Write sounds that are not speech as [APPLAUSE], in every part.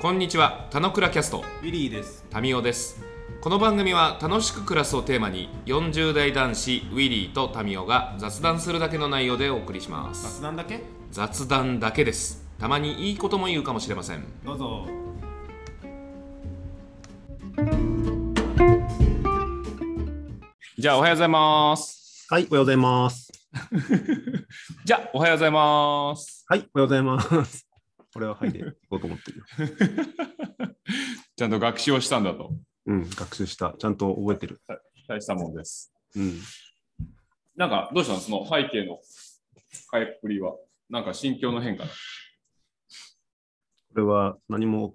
こんにちは、たのくらキャスト、ウィリーです。タミオです。この番組は楽しく暮らすをテーマに、40代男子ウィリーとタミオが雑談するだけの内容でお送りします。雑談だけ雑談だけです。たまにいいことも言うかもしれません。どうぞ。じゃあ、おはようございます。はい、おはようございます。じゃあ、おはようございます。はい、おはようございます。これははいでいこうと思ってるよ。 [LAUGHS] ちゃんと学習をしたんだと、うん、学習した。ちゃんと覚えてる。大したもんです。うん。なんか、どうしたのその背景の回復りは。なんか心境の変化だ。これは何も。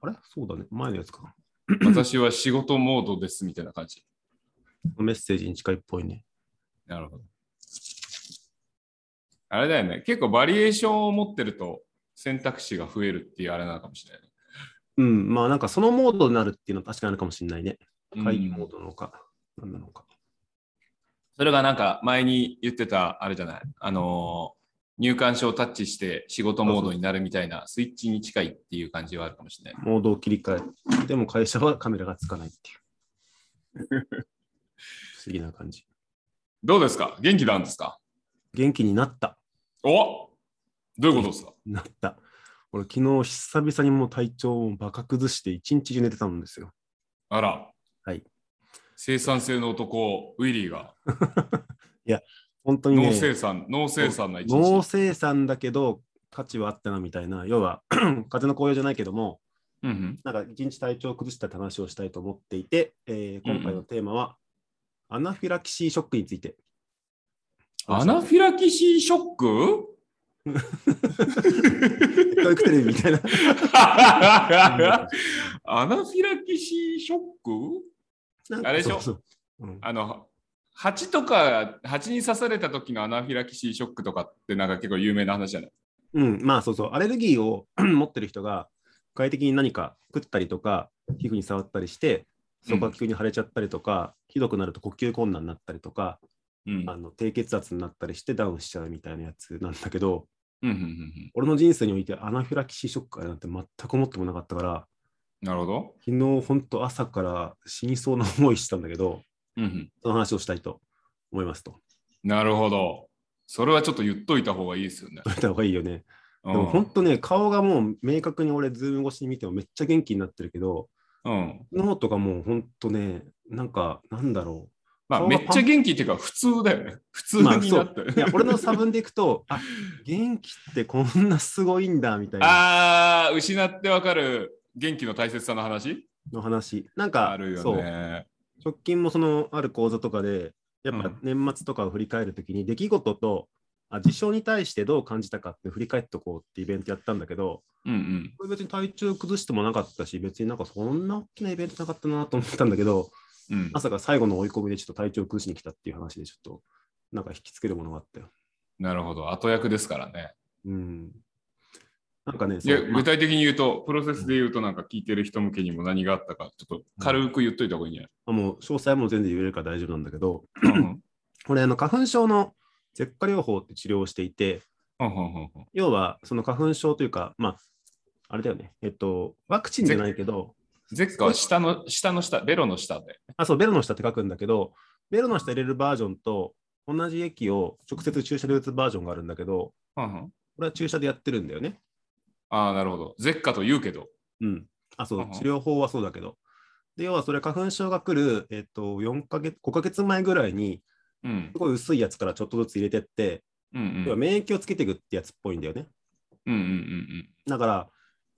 あれそうだね。前のやつか。私は仕事モードですみたいな感じ。メッセージに近いっぽいね。なるほど。あれだよね。結構バリエーションを持ってると選択肢が増えるっていうあれなのかもしれないね。うん、まあなんかそのモードになるっていうのは確かにあるかもしれないね。会議うんモードなのか、何なのか。それがなんか前に言ってたあれじゃない。あのー入館証をタッチして仕事モードになるみたいなスイッチに近いっていう感じはあるかもしれない。モードを切り替え。でも会社はカメラがつかないっていう。 [LAUGHS] 不思議な感じ。どうですか元気なんですか元気になった。おどういうことですかなった。俺昨日久々にもう体調をバカ崩して一日中寝てたんですよ。あら。はい。生産性の男、ウィリーが、本当にね脳、生産、脳生産な一脳日。生産だけど価値はあったなみたいな、要は [CLEARS THROAT] 風邪の紅葉じゃないけども、うんうんなんか一日体調を崩したって話をしたいと思っていて、えー今回のテーマは、アナフィラキシーショックについて。ア [LAUGHS] ナフィラキシーショック教育テレビみたいな。アナフィラキシーショックなんあれでしょそうそううんあの、蜂とか、蜂に刺された時のアナフィラキシーショックとかってなんか結構有名な話じゃないうん、まあそうそう、アレルギーを [CLEARS THROAT] 持ってる人が、快適に何か食ったりとか、皮膚に触ったりして、そこが急に腫れちゃったりとか、ひどくなると呼吸困難になったりとか、うんあの低血圧になったりしてダウンしちゃうみたいなやつなんだけど、うんうんうん俺の人生においてアナフィラキシーショックあれなんて全く思ってもなかったから、なるほど。昨日本当朝から死にそうな思いしたんだけど、うんうんその話をしたいと思いますと。なるほど。それはちょっと言っといた方がいいですよね。どうやった方がいいよね。うでんも本当ね、顔がもう明確に俺、ズーム越しに見てもめっちゃ元気になってるけど、うん脳とかもうほんとね、なんか、なんだろまあ、顔めがっちゃ元気っていうか、普通だよね。普通にまあなってるう。いや、俺の差分でい [LAUGHS] くと、あ元気ってこんなすごいんだみたいなあー、失ってわかる元気の大切さの話の話。なんか、あるよそう、ね。直近もそのある講座とかで、やっぱ年末とかを振り返るときに、出来事と、あ事象に対してどう感じたかって振り返ってこうってイベントやったんだけど、うんうん。これ別に体調崩してもなかったし、別になんかそんな大きなイベントなかったなと思ったんだけど、うん、朝が最後の追い込みでちょっと体調崩しに来たっていう話で、ちょっとなんか引きつけるものがあったよ。なるほど。後役ですからね。うんなんかね、いそやうまあ具体的に言うと、プロセスで言うと、なんか聞いてる人向けにも何があったか、ちょっと軽く言っといた方がいいんじゃあもう詳細はもう全然言えるから大丈夫なんだけど、ないうんこれあの花粉症の舌下療法って治療をしていて、うんうんうんうん要はその花粉症というか、まあ、あれだよね、えっと、ワクチンじゃないけど、ゼッカは下の下の下、ベロの下で。あ、そう、ベロの下って書くんだけど、ベロの下入れるバージョンと同じ液を直接注射で打つバージョンがあるんだけど、うんうんこれは注射でやってるんだよね。ああ、なるほど。ゼッカと言うけど。うん。あ、そうんうう、ん治療法はそうだけど。で、要はそれ花粉症が来る、えっと、4ヶ月、5ヶ月前ぐらいに、うんす。ごい薄いやつからちょっとずつ入れてって、うんうん要は免疫をつけていくってやつっぽいんだよね。うんうんだから、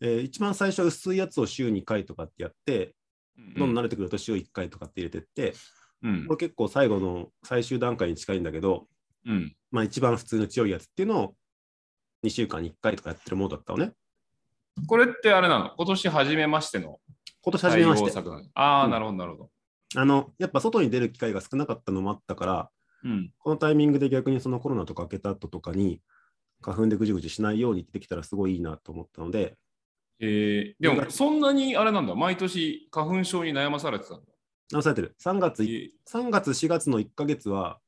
えー一番最初は薄いやつを週2回とかってやって、うん。どんどん慣れてくると週1回とかって入れてって、うんこれ結構最後の最終段階に近いんだけど、うん。まあ一番普通の強いやつっていうのを2週間に1回とかやってるものだったのね。これってあれなの今年初めましての今年初対めま応して、策なの。ああ、うんなるほど、なるほど。あの、やっぱ外に出る機会が少なかったのもあったから、うん。このタイミングで逆にそのコロナとか明けた後とかに、花粉でぐじゅぐじゅしないようにできたらすごいいいなと思ったので、えー、でも、そんなにあれなんだ。毎年花粉症に悩まされてたんだ。直されてる。3月え3月、4月の1ヶ月は、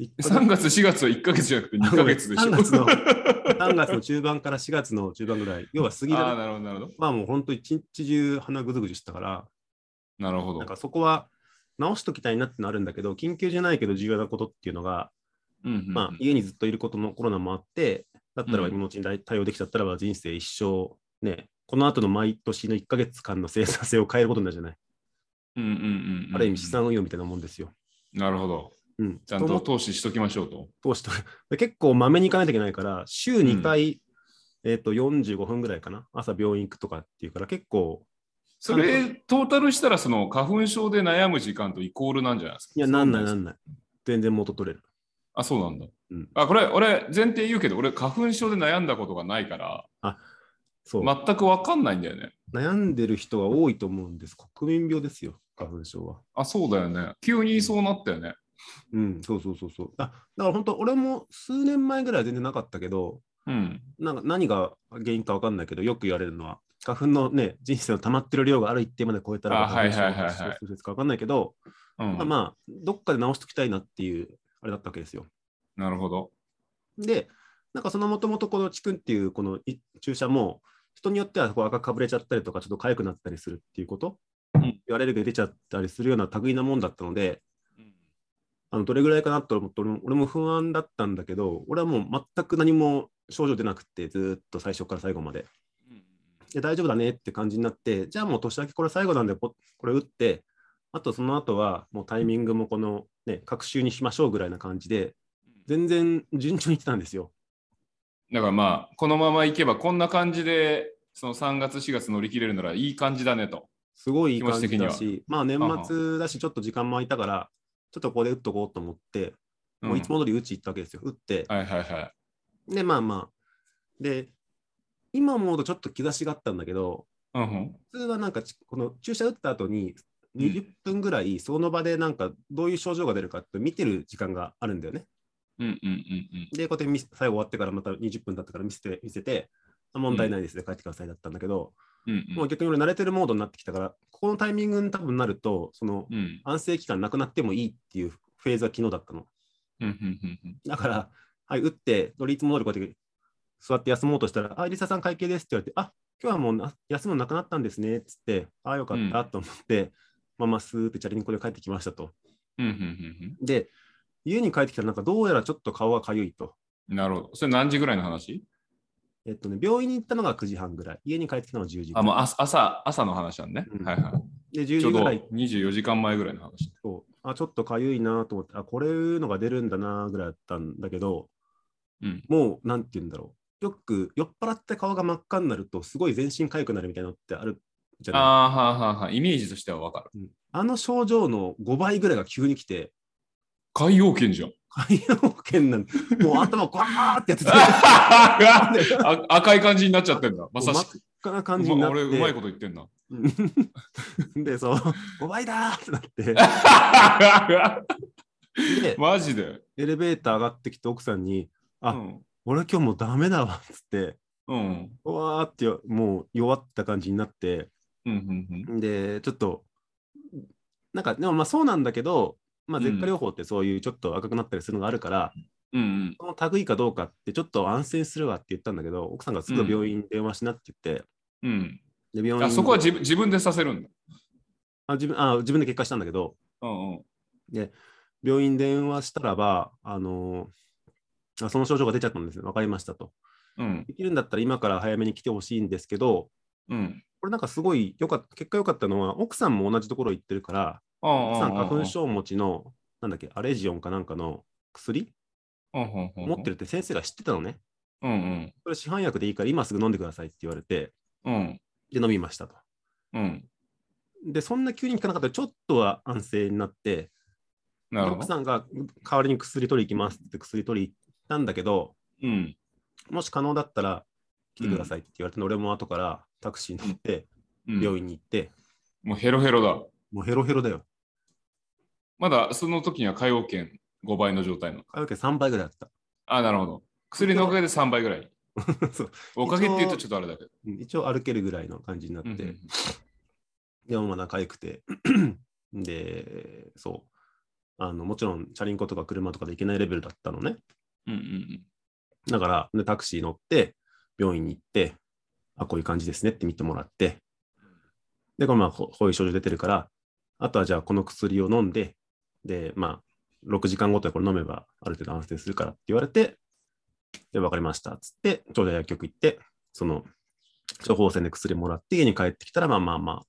3月、4月は1ヶ月じゃなくて2ヶ月でしょ。 3 [LAUGHS] 月の3月の中盤から4月の中盤ぐらい、要は杉ああ、だ、なるほど、なるほど。まあもう本当一日中鼻ぐずぐずしてたから、なるほどなん。かそこは直しときたいなってのあるんだけど、緊急じゃないけど重要なことっていうのが、うんうんうんまあ家にずっといることのコロナもあって、だったうらん荷物に対対応できちゃったらば人生一生、ね、この後の毎年の1ヶ月間の生産性を変えることになるじゃない。うんうんうんうんある意味資産運用みたいなもんですよ。なるほど。うん、ちゃん思とっ投資しときましょうと。通して [LAUGHS] で結構まめに行かないといけないから、週2回、えっと45分ぐらいかな、朝病院行くとかっていうから、結構、それ、トータルしたら、その花粉症で悩む時間とイコールなんじゃないですか。いや、なんないなそうですんない。全然元取れる。あ、そうなんだ。うんあ、これ、俺、前提言うけど、俺、花粉症で悩んだことがないから、そう、全くわかんないんだよね。悩んでる人が多いと思うんです。国民病ですよ、花粉症は。あ、そうだよね。急にそうなったよね。うん、そうそうそうそう。あだから本当、俺も数年前ぐらいは全然なかったけど、うん。なんか何が原因か分かんないけど、よく言われるのは、花粉のね、人生の溜まってる量がある一定まで超えたら、あはいはいはいはい花粉症が発症するか分かんないけど、うんまあまあ、どっかで直しときたいなっていう、あれだったわけですよ。なるほど。で、なんかそのもともとこのチクンっていうこのい注射も、人によってはこう赤かぶれちゃったりとか、ちょっと痒くなったりするっていうこと、うんアレルギー出ちゃったりするような類なもんだったので、うんあのどれぐらいかなと思って、俺も俺も不安だったんだけど、俺はもう全く何も症状出なくて、ずーっと最初から最後まで。で、大丈夫だねって感じになって、じゃあもう年明けこれ最後なんで、ここれ打って、あとその後はもうタイミングもこの、ね、隔週にしましょうぐらいな感じで、全然順調にいってたんですよ。だからまあ、このままいけばこんな感じで、その3月、4月乗り切れるならいい感じだねと。すごいいい気持感ち的じにだはし、まあ年末だし、ちょっと時間も空いたから、ちょっとここで打っとこうと思って、うんもういつも通り打ち行ったわけですよ、打って、はいはいはい。で、まあまあ、で、今思うとちょっと兆しがあったんだけど、うんうん、普通はなんかち、この注射打った後に、うん20分ぐらい、その場でなんか、どういう症状が出るかって見てる時間があるんだよね。うんうんうんで、こうやって見せ最後終わってから、また20分経ってから見せて、見せて、あ問題ないですね、帰ってくださいだったんだけど、うん。うんうんもう逆に俺、慣れてるモードになってきたから、ここのタイミングに多分なると、その、うん安静期間なくなってもいいっていうフェーズは昨日だったの。うんうんうんうんだから、はい、打って、ドリーツ戻るこうやって座って休もうとしたら、あ、リサさん会計ですって言われて、あ、今日はもうな休むのなくなったんですねっつって、あ、よかったと思って、まあまあスーってチャリンコで帰ってきましたと。うんうんうんで、家に帰ってきたら、なんかどうやらちょっと顔がかゆいと。うんなるほど。それ何時ぐらいの話えっとね、病院に行ったのが9時半ぐらい、家に帰ってきたのが10時あ、もう朝朝朝の話なんね。うんはいはで、10い。ちょ時うどぐらい24時間前ぐらいの話。と、あ、ちょっとかゆいなと思って、あ、これいうのが出るんだなぐらいだったんだけど、うん。もう、なんて言うんだろう。よく酔っ払って顔が真っ赤になると、すごい全身痒くなるみたいなのってあるじゃないああー、はーはーはーイメージとしてはわかる。うんあの症状の5倍ぐらいが急に来て、海洋圏じゃん。海洋圏なんもう頭ガーってやってて、あ赤い感じになっちゃってんだ。まさしく。こんなう感じにまなっ俺、うまいてこと言ってんな。うん、で、そう、5倍だーっ [LAUGHS] てなって、で、マジで。エレベーター上がってきて奥さんに、あうん俺今日もうダメだわっつって、うん。うわーってもう弱った感じになって、うんうんで、ちょっと、なんか、でもまあそうなんだけど、まあ、うん舌下療法ってそういうちょっと赤くなったりするのがあるから、うん。うんその類いかどうかって、ちょっと安心するわって言ったんだけど、奥さんがすぐ病院に電話しなって言って、うん。でうん。病院あそこは自分自分でさせるんだ。あ自分あ自分で結果したんだけど、うんうん。病院に電話したらば、あのーあその症状が出ちゃったんですね、分かりましたと。うん。できるんだったら今から早めに来てほしいんですけど、うん。これなんかすごいよかった、結果良かったのは、奥さんも同じところ行ってるから、奥さん花粉症持ちの、なんだっけ、アレジオンかなんかの薬持持ってるって先生が知ってたのね。うんうんそれ市販薬でいいから今すぐ飲んでくださいって言われて、うんで飲みましたと。うんで、そんな急に効かなかったらちょっとは安静になって、なるほ奥ど。さんが代わりに薬取り行きますって薬取り行ったんだけど、うんもし可能だったら来てくださいって言われて、俺も後からタクシーに乗ってうん病院に行って、もうヘロヘロだ。もうヘロヘロだよ。まだその時には海洋圏5倍の状態の。買うけ3倍ぐらいだっあ、なるほど。薬のおかげで3倍ぐらい。た。 [LAUGHS] そうおかげって言うとちょっとあれだけど。うん一応歩けるぐらいの感じになって、うんでもまあ仲良くて、で、そう。あのもちろんチャリンコとか車とかで行けないレベルだったのね。うんうんだから、でタクシー乗って、病院に行って、あ、こういう感じですねって見てもらって、で、これまあ、ここういう症状出てるから、あとはじゃあ、この薬を飲んで、で、まあ、6時間ごとにこれ飲めば、ある程度安定するからって言われて、で、わかりました、つって、ちょうど薬局行って、その、処方箋で薬もらって、家に帰ってきたら、まあまあまあ、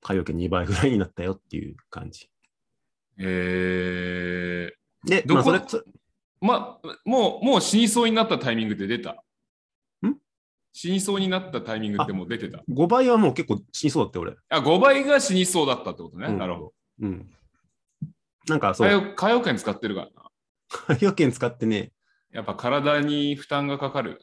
買い受け2倍ぐらいになったよっていう感じ。うん。えー、で、どこまあ、それ、そまあ、もう、もう死にそうになったタイミングで出た。ん死にそうになったタイミングってもう出てた。 5倍はもう結構死にそうだって、俺。あ、5倍が死にそうだったってことね。うんなるほうん。なんか、ど。そう火。曜火曜券使ってるからな。海洋券使ってね、やっぱ体に負担がかかる。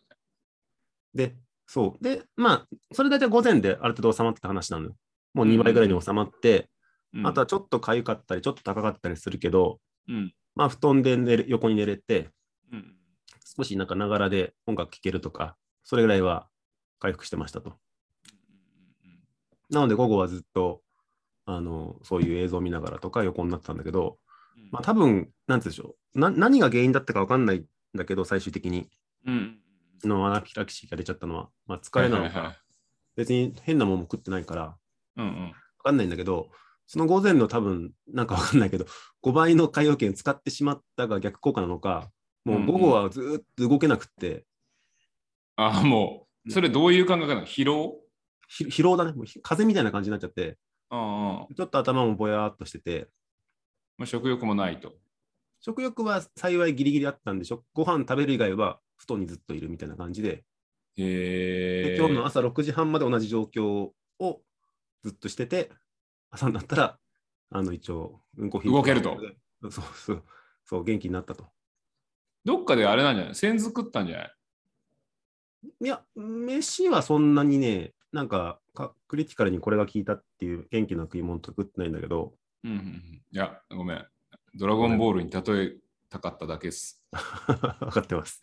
で、そう。で、まあ、それ大体午前である程度収まってた話なのよ。もう2倍ぐらいに収まって、うんあとはちょっと痒かったり、ちょっと高かったりするけど、うん。まあ、布団で寝る横に寝れて、うん。少しなんかながらで音楽聴けるとか、それぐらいは回復してましたと。なので、午後はずっと、あの、そういう映像を見ながらとか横になってたんだけど、まあ、多分、なんて言うんでしょう。な何が原因だったかわかんないんだけど、最終的に、うん。のアナフィラキシーが出ちゃったのは、まあ、疲れなのはいはいはかい、別に変なもんも食ってないから、うんうん。わかんないんだけど、その午前の多分、なんかわかんないけど、5倍の海洋券使ってしまったが逆効果なのか、もう午後はずーっと動けなくって、あ、もう、それどういう感覚なの疲労ひ疲労だね、もうひ風邪みたいな感じになっちゃって、うんうん。もちょっと頭もぼやーっとしてて、う食欲もないと。食欲は幸いギリギリあったんでしょ、ご飯食べる以外は布団にずっといるみたいな感じで、へでえ。今日の朝6時半まで同じ状況をずっとしてて、朝になったら、あの一応、うんこ動けると。そうそう、そう、元気になったと。どっかであれなんじゃない先ず食ったんじゃないいや、飯はそんなにね、なんかかクリティカルにこれが効いたっていう元気な食い物とか食ってないんだけど、 [LAUGHS] うんうんうん。いや、ごめん。ドラゴンボールに例えたかっただけです。分かってます。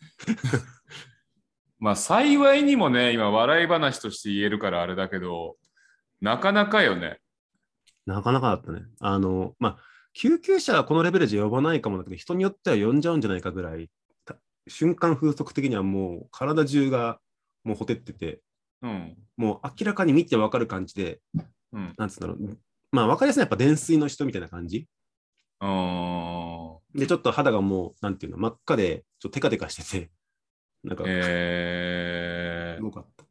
まあ幸いにもね、今笑い話として言えるからあれだけど、なかなかよね。なかなかだったね。あの、まあ、救急車はこのレベルじゃ呼ばないかもだけど、人によっては呼んじゃうんじゃないかぐらい、た瞬間風速的にはもう体中がもうほてってて、うん。もう明らかに見て分かる感じで、うん。なんつうんだろう、まあ分かりやすいのはやっぱ電水の人みたいな感じ。うーん。で、ちょっと肌がもう、なんていうの、真っ赤で、ちょっとテカテカしてて、なんか、えすー、ごかった。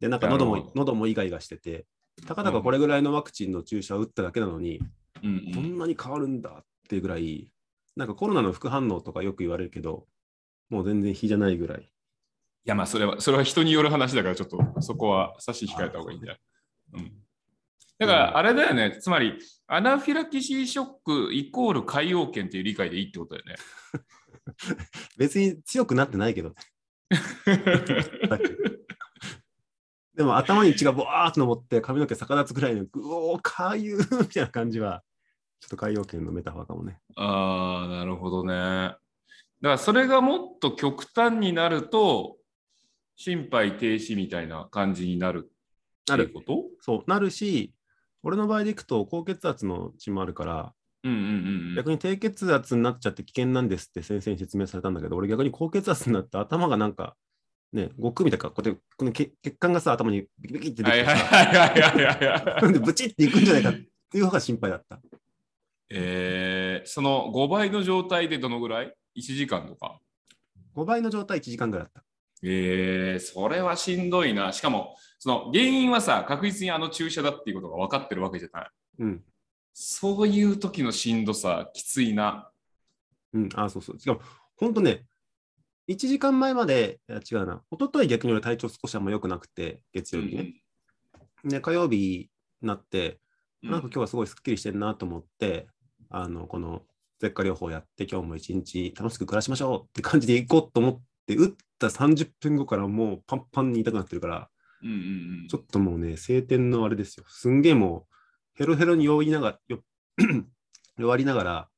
で、なんかなる喉ほども、喉もイガイガしてて、たかだかこれぐらいのワクチンの注射を打っただけなのに、うんうこん。んなに変わるんだっていうぐらい、なんかコロナの副反応とかよく言われるけど、もう全然比じゃないぐらい。いやまあそれは、それは人による話だからちょっとそこは差し控えた方がいいんじゃないうん。だからあれだよね、つまりアナフィラキシーショックイコール海洋圏っていう理解でいいってことだよ [LAUGHS] ね。別に強くなってないけど、でも頭に血がぼわーっと上って、髪の毛逆立つぐらいの、うおー、かゆーみたいな感じは、ちょっと海洋圏のメタファーかもね。ああ、なるほどね。だからそれがもっと極端になると、心肺停止みたいな感じになるっていうことそう、なるし、俺の場合でいくと、高血圧の血もあるから、うんうんうんうん。逆に低血圧になっちゃって危険なんですって先生に説明されたんだけど、俺逆に高血圧になって頭がなんか、ね、悟空みたいな、こうやってこの血血管がさ、頭にビキビキってではきいてはいさ、はいはいはいはいはい。でブチっていくんじゃないかっていう方が心配だった。えー、その5倍の状態でどのぐらい ?1 時間とか。 5倍の状態1時間ぐらいだった。えー、それはしんどいな。しかも、その原因はさ、確実にあの注射だっていうことが分かってるわけじゃない。うん。そういう時のしんどさ、きついな。うん、あ、そうそう。しかも、ほんとね、1時間前まで、いや違うな、一昨日逆に俺体調少しあんま良くなくて、月曜日ね。で、火曜日になって、うんなんか今日はすごいすっきりしてんなと思って、あの、この舌下療法やって、今日も一日楽しく暮らしましょうって感じで行こうと思って、打った30分後からもうパンパンに痛くなってるから、うんうんうんちょっともうね、晴天のあれですよ。すんげえもう、ヘロヘロに弱いながら、よ [CLEARS THROAT] 弱りながら、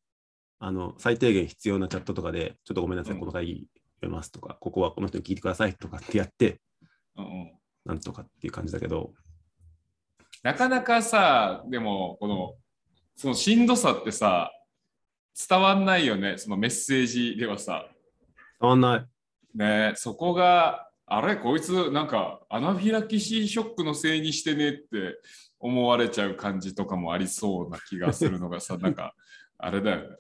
あの、最低限必要なチャットとかで、ちょっとごめんなさい、うんこの会議読めますとか、ここはこの人に聞いてくださいとかってやって、うんうん。なんとかっていう感じだけど、なかなかさ、でも、この、そのしんどさってさ、伝わんないよね、そのメッセージではさ。伝わんない。ねそこが、あれ、こいつ、なんか、アナフィラキシーショックのせいにしてねって思われちゃう感じとかもありそうな気がするのがさ、なん [LAUGHS] か、あれだよね。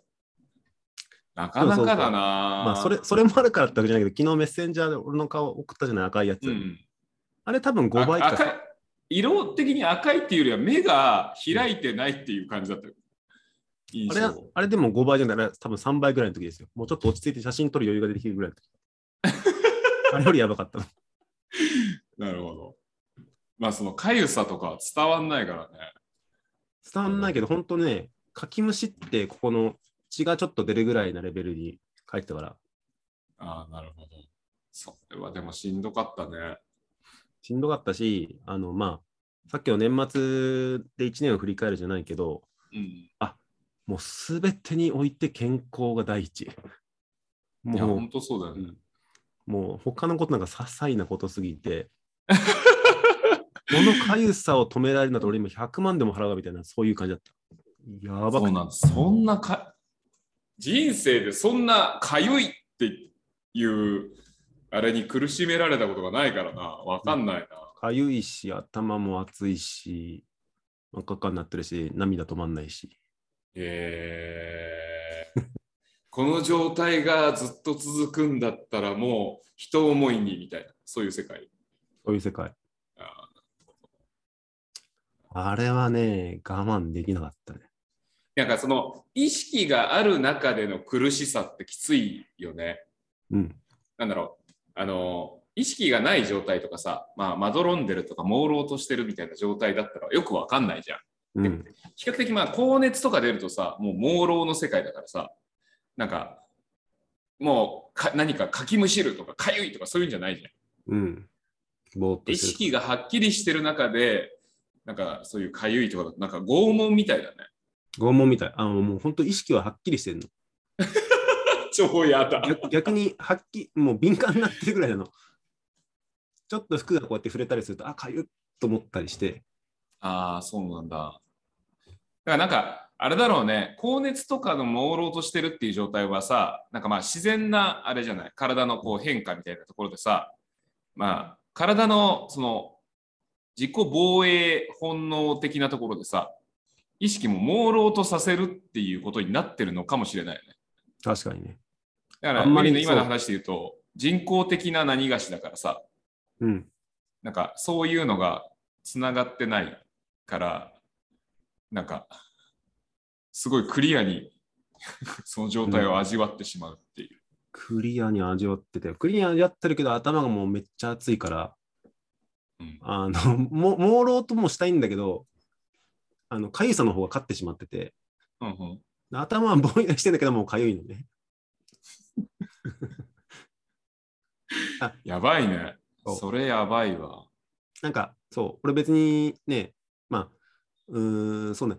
なかなかだなまあ、それ、 [LAUGHS] それもあるからってわけじゃないけど、昨日メッセンジャーで俺の顔送ったじゃない、赤いやつ。うん、あれ多分あ5倍か赤い色的に赤いっていうよりは目が開いてないっていう感じだったよ。印あ象れ、あれでも5倍じゃない、あれ多分3倍ぐらいの時ですよ。もうちょっと落ち着いて写真撮る余裕ができるぐらいの時。 [LAUGHS] あれよりやばかったの。なるほど。まあそのかゆさとか伝わんないからね。伝わんないけど、本当ね、かきむしって、ここの血がちょっと出るぐらいなレベルに書いてたから、ああ、なるほど。それはでもしんどかったね。しんどかったし、あの、まあ、さっきの年末で1年を振り返るじゃないけど、うん。もうすべてにおいて健康が第一。いや、ほもうんとそうだよね。もう他のことなんか些細なことす [LAUGHS] ぎて、このかゆさを止められるなと俺今100万でも払うわみたいな、そういう感じだった。やばそくうてなんです。そんなか、人生でそんなかゆいっていう、あれに苦しめられたことがないからな。わかんないな。かゆいし、頭も熱いし、真っ赤っかになってるし、涙止まんないし。えー [LAUGHS] この状態がずっと続くんだったらもう人思いにみたいな、そういう世界。そういう世界。あーあれはね、我慢できなかったね。なんかその意識がある中での苦しさってきついよね。うん。なんだろう。あの、意識がない状態とかさ、まあ、まどろんでるとか、朦朧としてるみたいな状態だったらよくわかんないじゃん。うん。比較的、まあ、高熱とか出るとさ、もう朦朧の世界だからさ、なんか、もうか何かかきむしるとか、かゆいとかそういうんじゃないじゃん。うん。ぼーっと意してる。識がはっきりしてる中で、なんかそういうかゆいとかだと、なんか拷問みたいだね。 [LAUGHS] 拷問みたい。あの、もう本当意識ははっきりしてるの。超やだ。逆逆に、はっきり、もう敏感になってるぐらいなの。ちょっと服がこうやって触れたりすると、あ、かゆっと思ったりして。ああ、そうなんだ。だからなんか、あれだろうね、高熱とかの朦朧としてるっていう状態はさ、なんかまあ自然なあれじゃない、体のこう変化みたいなところでさ、まあ、体のその自己防衛本能的なところでさ、意識も朦朧とさせるっていうことになってるのかもしれないよね。確かにね。だから、あんまりウィリーの今のそう話で言うと、人工的な何がしだからさ、うん。なんかそういうのがつながってないから、なんかすごいクリアに [LAUGHS] その状態を味わってしまうっていう。クリアに味わってて、クリアに味わってるけど、頭がもうめっちゃ熱いから、うんあの、も朦朧ともしたいんだけど、あの、かゆさの方が勝ってしまってて、うんうん頭はぼんやりしてんだけど、もうかゆいのね。やばいね。そうそれやばいわ。なんか、そう、俺別にね、まあ、うーん、そうね、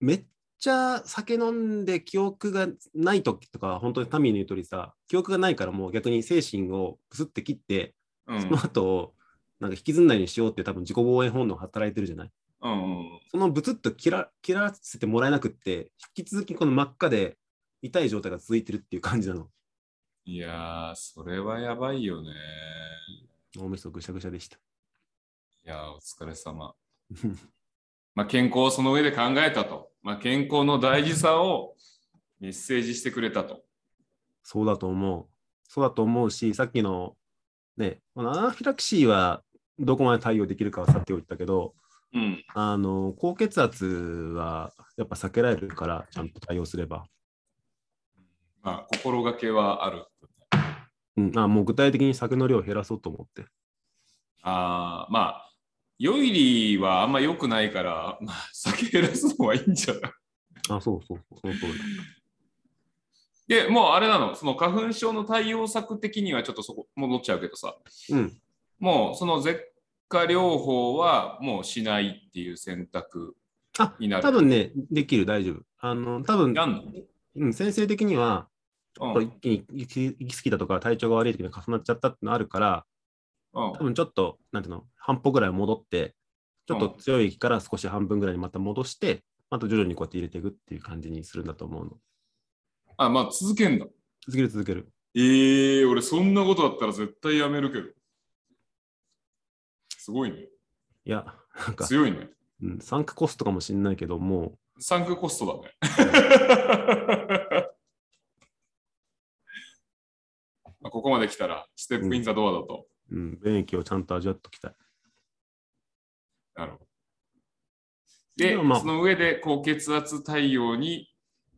めっちゃ酒飲んで記憶がない時とか、本当にタミーの言う通りさ、記憶がないからもう逆に精神をブスって切って、うんその後をなんか引きずんないようにしようって多分自己防衛本能働いてるじゃない。うんうんそのブツッと切ら切らせてもらえなくって、引き続きこの真っ赤で痛い状態が続いてるっていう感じなの。いやー、それはやばいよね。脳みそぐしゃぐしゃでした。いやー、お疲れ [LAUGHS] 様。まあ、健康をその上で考えたと。まあ、健康の大事さをメッセージしてくれたと。そうだと思う。そうだと思うし、さっきのね、このアナフィラキシーはどこまで対応できるかはさておいたけど、うん。あの高血圧はやっぱ避けられるから、ちゃんと対応すれば。まあ、心がけはある。うん、あもう具体的に酒の量を減らそうと思って。ああ、まあ、酔いりはあんま良くないから、まあ、酒減らすのはいいんじゃない [LAUGHS] あ、そうそうそう、その通り。で、もうあれなの、その花粉症の対応策的にはちょっとそこ戻っちゃうけどさ、うん、もうその舌下療法はもうしないっていう選択あになる。多分ね、できる、大丈夫。あの多分やんのうん、先生的には、うんこれ一気に行き行き過ぎたとか、体調が悪い時に重なっちゃったってのあるから、うん多分ちょっと、なんていうの、半歩ぐらい戻って、ちょっと強い域から少し半分ぐらいにまた戻して、また徐々にこうやって入れていくっていう感じにするんだと思うの。あ、まあ続けんだ。続ける続ける。ええ俺そんなことだったら絶対やめるけど。すごいね。いや、なんか、強いね。うん、サンクコストかもしれないけど、もサンクコストだね。まあここまで来たら、ステップインザドアだと。う、うん、便益をちゃんと味わっておきたい。なるほど。で、でもまあその上で高血圧対応に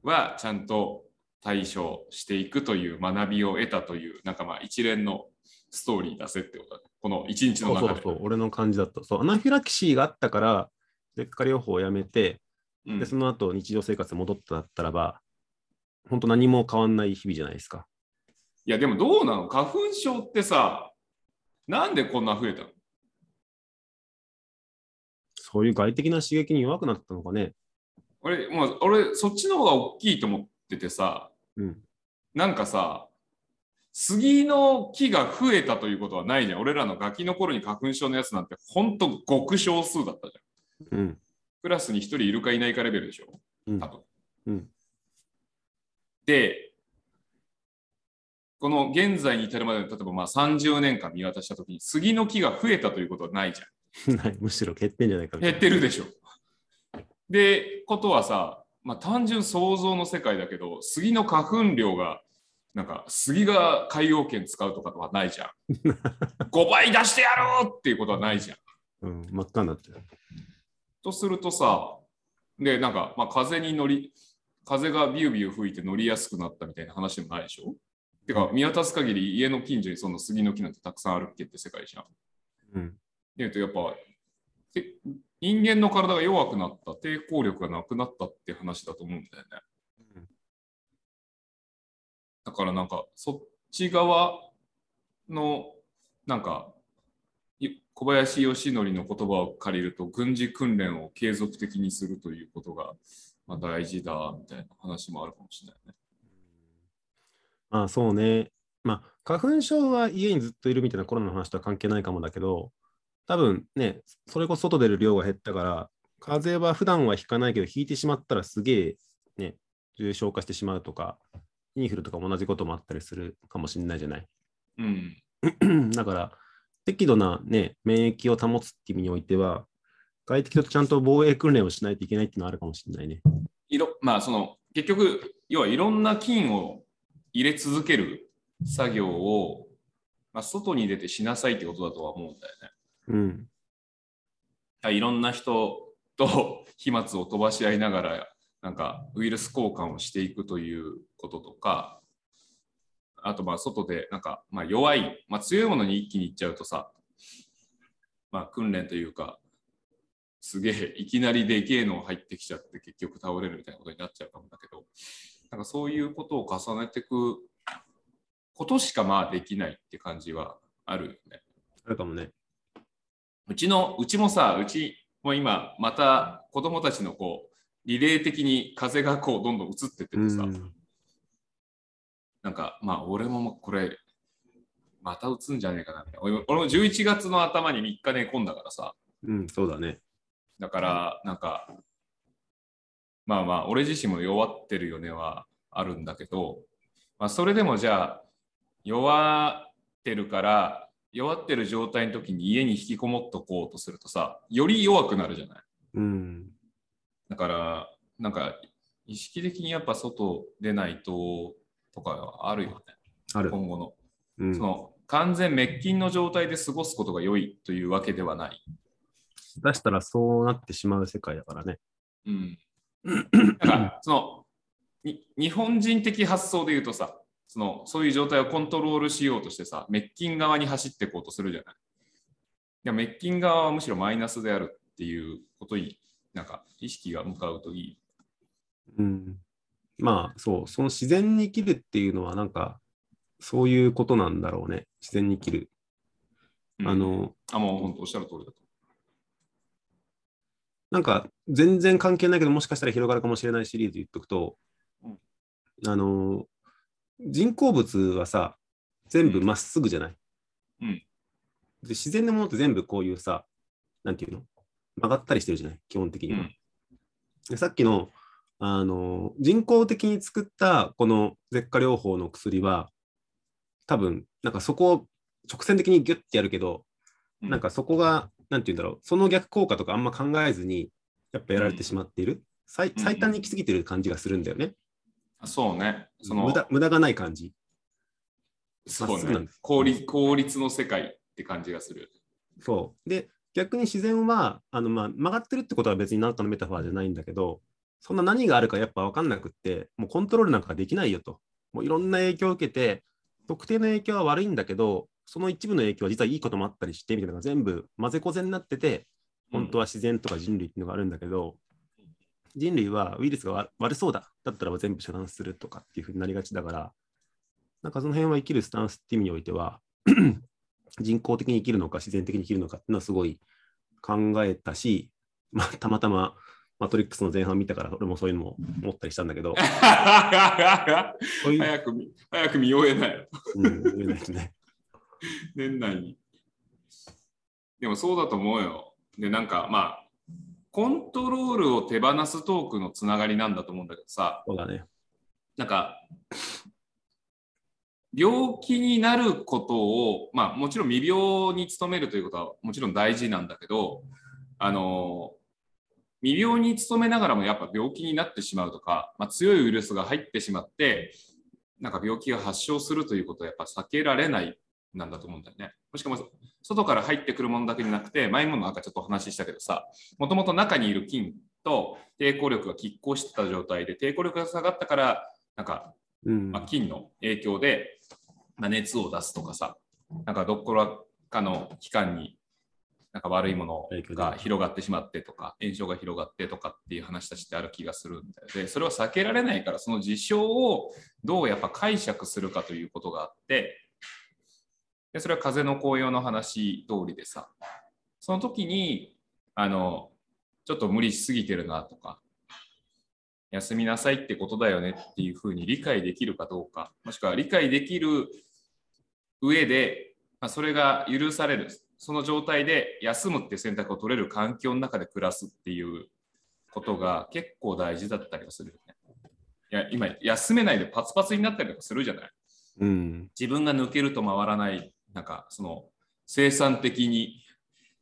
はちゃんと対処していくという学びを得たという、なんかまあ一連のストーリーだぜってことだね。この一日そのうそ中うで。そう、俺の感じだと。そう、アナフィラキシーがあったから、劣化療法をやめて、うんで、その後日常生活戻っただったらば、本当何も変わんない日々じゃないですか。いや、でもどうなの花粉症ってさ、なんでこんな増えたのそういう外的な刺激に弱くなったのかね。俺、まあ、俺、そっちの方が大きいと思っててさ、うん。なんかさ、杉の木が増えたということはないじゃん。俺らのガキの頃に花粉症のやつなんて、ほんと極少数だったじゃん。うん。 [LAUGHS] クラスに一人いるかいないかレベルでしょ。うん多分。うん。で、この現在に至るまでの、例えばまあ30年間見渡したときに、杉の木が増えたということはないじゃん。ないむしろ減ってんじゃないかみたい減なってるでしょ。で、ことはさ、まあ、単純想像の世界だけど、杉の花粉量が、なんか杉が海洋圏使うとかはないじゃん。5倍出してやろうっていうことはないじゃん。うん、真っ赤になってる。とするとさ、で、なんか、まあ、風に乗り、風がビュービュー吹いて乗りやすくなったみたいな話でもないでしょてか、見渡す限り家の近所にその杉の木なんてたくさんあるっけって世界じゃん。うん。で言うとやっぱて人間の体が弱くなった抵抗力がなくなったって話だと思うんだよね。だからなんかそっち側のなんかい小林義則の言葉を借りると軍事訓練を継続的にするということが、まあ、大事だみたいな話もあるかもしれないね。まあそうね。まあ花粉症は家にずっといるみたいなコロナの話とは関係ないかもだけど、多分ね、それこそ外出る量が減ったから、風邪は普段は引かないけど、引いてしまったらすげえ、ね、重症化してしまうとか、インフルとかも同じこともあったりするかもしれないじゃない。 [CLEARS THROAT] うん、だから、適度な、ね、免疫を保つっていう意味においては、外敵とちゃんと防衛訓練をしないといけないっていうのはあるかもしれないね。いろまあその結局要はいろんな菌を入れ続ける作業を、まあ、外に出てしなさいってことだとは思うんだよね。うん。いろんな人と [LAUGHS] 飛沫を飛ばし合いながらなんかウイルス交換をしていくということとかあとまあ外でなんかまあ弱い、まあ、強いものに一気にいっちゃうとさ、まあ、訓練というかすげえいきなりでけえの入ってきちゃって結局倒れるみたいなことになっちゃうかもだけどなんかそういうことを重ねていくことしかまあできないって感じはあるよね。あるかもね。うちの、うちもさ、うちも今、また子供たちのこう、リレー的に風がこう、どんどん移ってっててさ、うんなんか、まあ、俺ももうこれ、また移んじゃねえかな、みたいな。俺俺も11月の頭に3日寝込んだからさ、うん、そうだね。だから、なんか、まあまあ、俺自身も弱ってるよねはあるんだけど、まあ、それでもじゃあ、弱ってるから、弱ってる状態の時に家に引きこもっとこうとするとさ、より弱くなるじゃない。うん。だから、なんか、意識的にやっぱ外出ないととかはあるよあね、る。今後の。うんその完全滅菌の状態で過ごすことが良いというわけではない。出したらそうなってしまう世界だからね。うん。なん [LAUGHS] か、その、に日本人的発想で言うとさ、そのそういう状態をコントロールしようとしてさ、滅菌側に走っていこうとするじゃない。いや、滅菌側はむしろマイナスであるっていうことに、なんか意識が向かうといい。うん。まあそう、その自然に生きるっていうのはなんか、そういうことなんだろうね。自然に生きる。うんあ、の、あ、もう本当おっしゃる通りだと思う。なんか全然関係ないけど、もしかしたら広がるかもしれないシリーズ言っとくと、うんあの、人工物はさ、全部まっすぐじゃない、うんで。自然のものって全部こういうさ、なんていうの曲がったりしてるじゃない基本的には。うんでさっきのあの人工的に作ったこの舌下療法の薬は多分なんかそこを直線的にギュッてやるけど、うんなんかそこがなんて言うんだろうその逆効果とかあんま考えずにやっぱやられてしまっている、最うん最短に行き過ぎてる感じがするんだよね、そうね。その無駄無駄がない感じそまっすうぐなねんです効率。効率の世界って感じがする。そうで逆に自然はあの、まあ、曲がってるってことは別に何かのメタファーじゃないんだけどそんな何があるかやっぱ分かんなくってもうコントロールなんかできないよともういろんな影響を受けて特定の影響は悪いんだけどその一部の影響は実はいいこともあったりしてみたいなのが全部混ぜこぜになってて本当は。は自然とか人類っていうのがあるんだけど、人類はウイルスがわ悪そうだだったらば全部遮断するとかっていうふうになりがちだからなんかその辺は生きるスタンスっていう意味においては [CLEARS THROAT] 人工的に生きるのか自然的に生きるのかっていうのはすごい考えたし、まあ、たまたま「マトリックス」の前半見たから俺もそういうのも思ったりしたんだ [LAUGHS] けどそうい [LAUGHS] う、早く見、早く見終えない。うん、言えないですね。 [LAUGHS] 年内に。でもそうだと思うよ。で、なんかまあ、コントロールを手放すトークのつながりなんだと思うんだけどさ、そうだね。なんか、病気になることを、まあもちろん未病に努めるということはもちろん大事なんだけど、あの、未病に努めながらもやっぱ病気になってしまうとか、まあ、強いウイルスが入ってしまって、なんか病気が発症するということはやっぱ避けられないなんだと思うんだよね。もしかも外から入ってくるものだけじゃなくて、前もなんかちょっとお話ししたけどさ、もともと中にいる菌と抵抗力が拮抗してた状態で、抵抗力が下がったから、なんかうんまあ、菌の影響で、まあ、熱を出すとかさ、なんかどこらかの期間になんか悪いもの影響出がる広がってしまってとか、炎症が広がってとかっていう話としてある気がするんだよね。それは避けられないから、その事象をどうやっぱ解釈するかということがあって、でそれは風の紅葉の話通りでさ、その時に、あの、ちょっと無理しすぎてるなとか、休みなさいってことだよねっていうふうに理解できるかどうか、もしくは理解できる上で、まあ、それが許される、その状態で休むって選択を取れる環境の中で暮らすっていうことが結構大事だったりはするよね。いや今、休めないでパツパツになったりとかするじゃないうん自分が抜けると回らない、なんかその生産的に、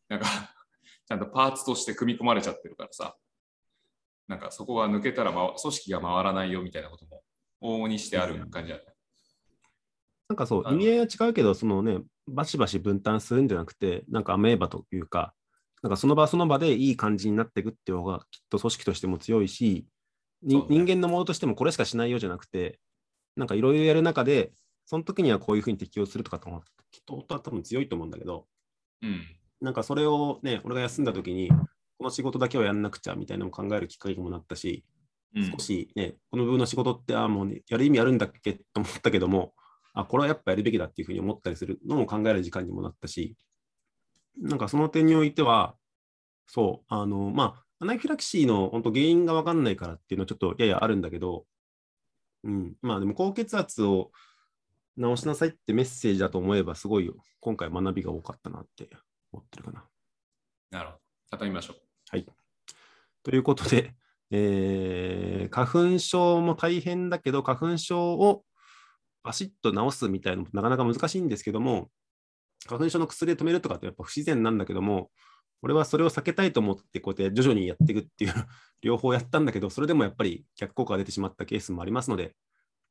なんか [LAUGHS] ちゃんとパーツとして組み込まれちゃってるからさ、なんかそこが抜けたら回組織が回らないよみたいなことも往々にしてある感じだね。なんかそうあ、の意味合いは違うけど、そのね、バシバシ分担するんじゃなくて、なんかアメーバというか、なんかその場その場でいい感じになっていくっていう方が、きっと組織としても強いし、にそうね人間のものとしてもこれしかしないようじゃなくて、なんかいろいろやる中で、その時にはこういうふうに適用するとかって方が、きっと本当は多分強いと思うんだけど、うん。なんかそれをね、俺が休んだ時に、この仕事だけはやんなくちゃみたいなのも考えるきっかけにもなったし、うん少しね、この部分の仕事って、ああ、もうね、やる意味あるんだっけと思ったけども、あこれはやっぱやるべきだっていうふうに思ったりするのも考える時間にもなったし、なんかその点においては、そう、あの、まあ、アナフィラキシーの本当原因が分かんないからっていうのはちょっとややあるんだけど、うん、まあでも高血圧を直しなさいってメッセージだと思えば、すごい今回学びが多かったなって思ってるかな。なるほど。畳みましょう。ということで、えー花粉症も大変だけど、花粉症をバシッと治すみたいなのもなかなか難しいんですけども、花粉症の薬で止めるとかってやっぱ不自然なんだけども、俺はそれを避けたいと思って、こうやって徐々にやっていくっていう [LAUGHS] 両方やったんだけど、それでもやっぱり逆効果が出てしまったケースもありますので、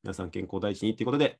皆さん健康第一にということで、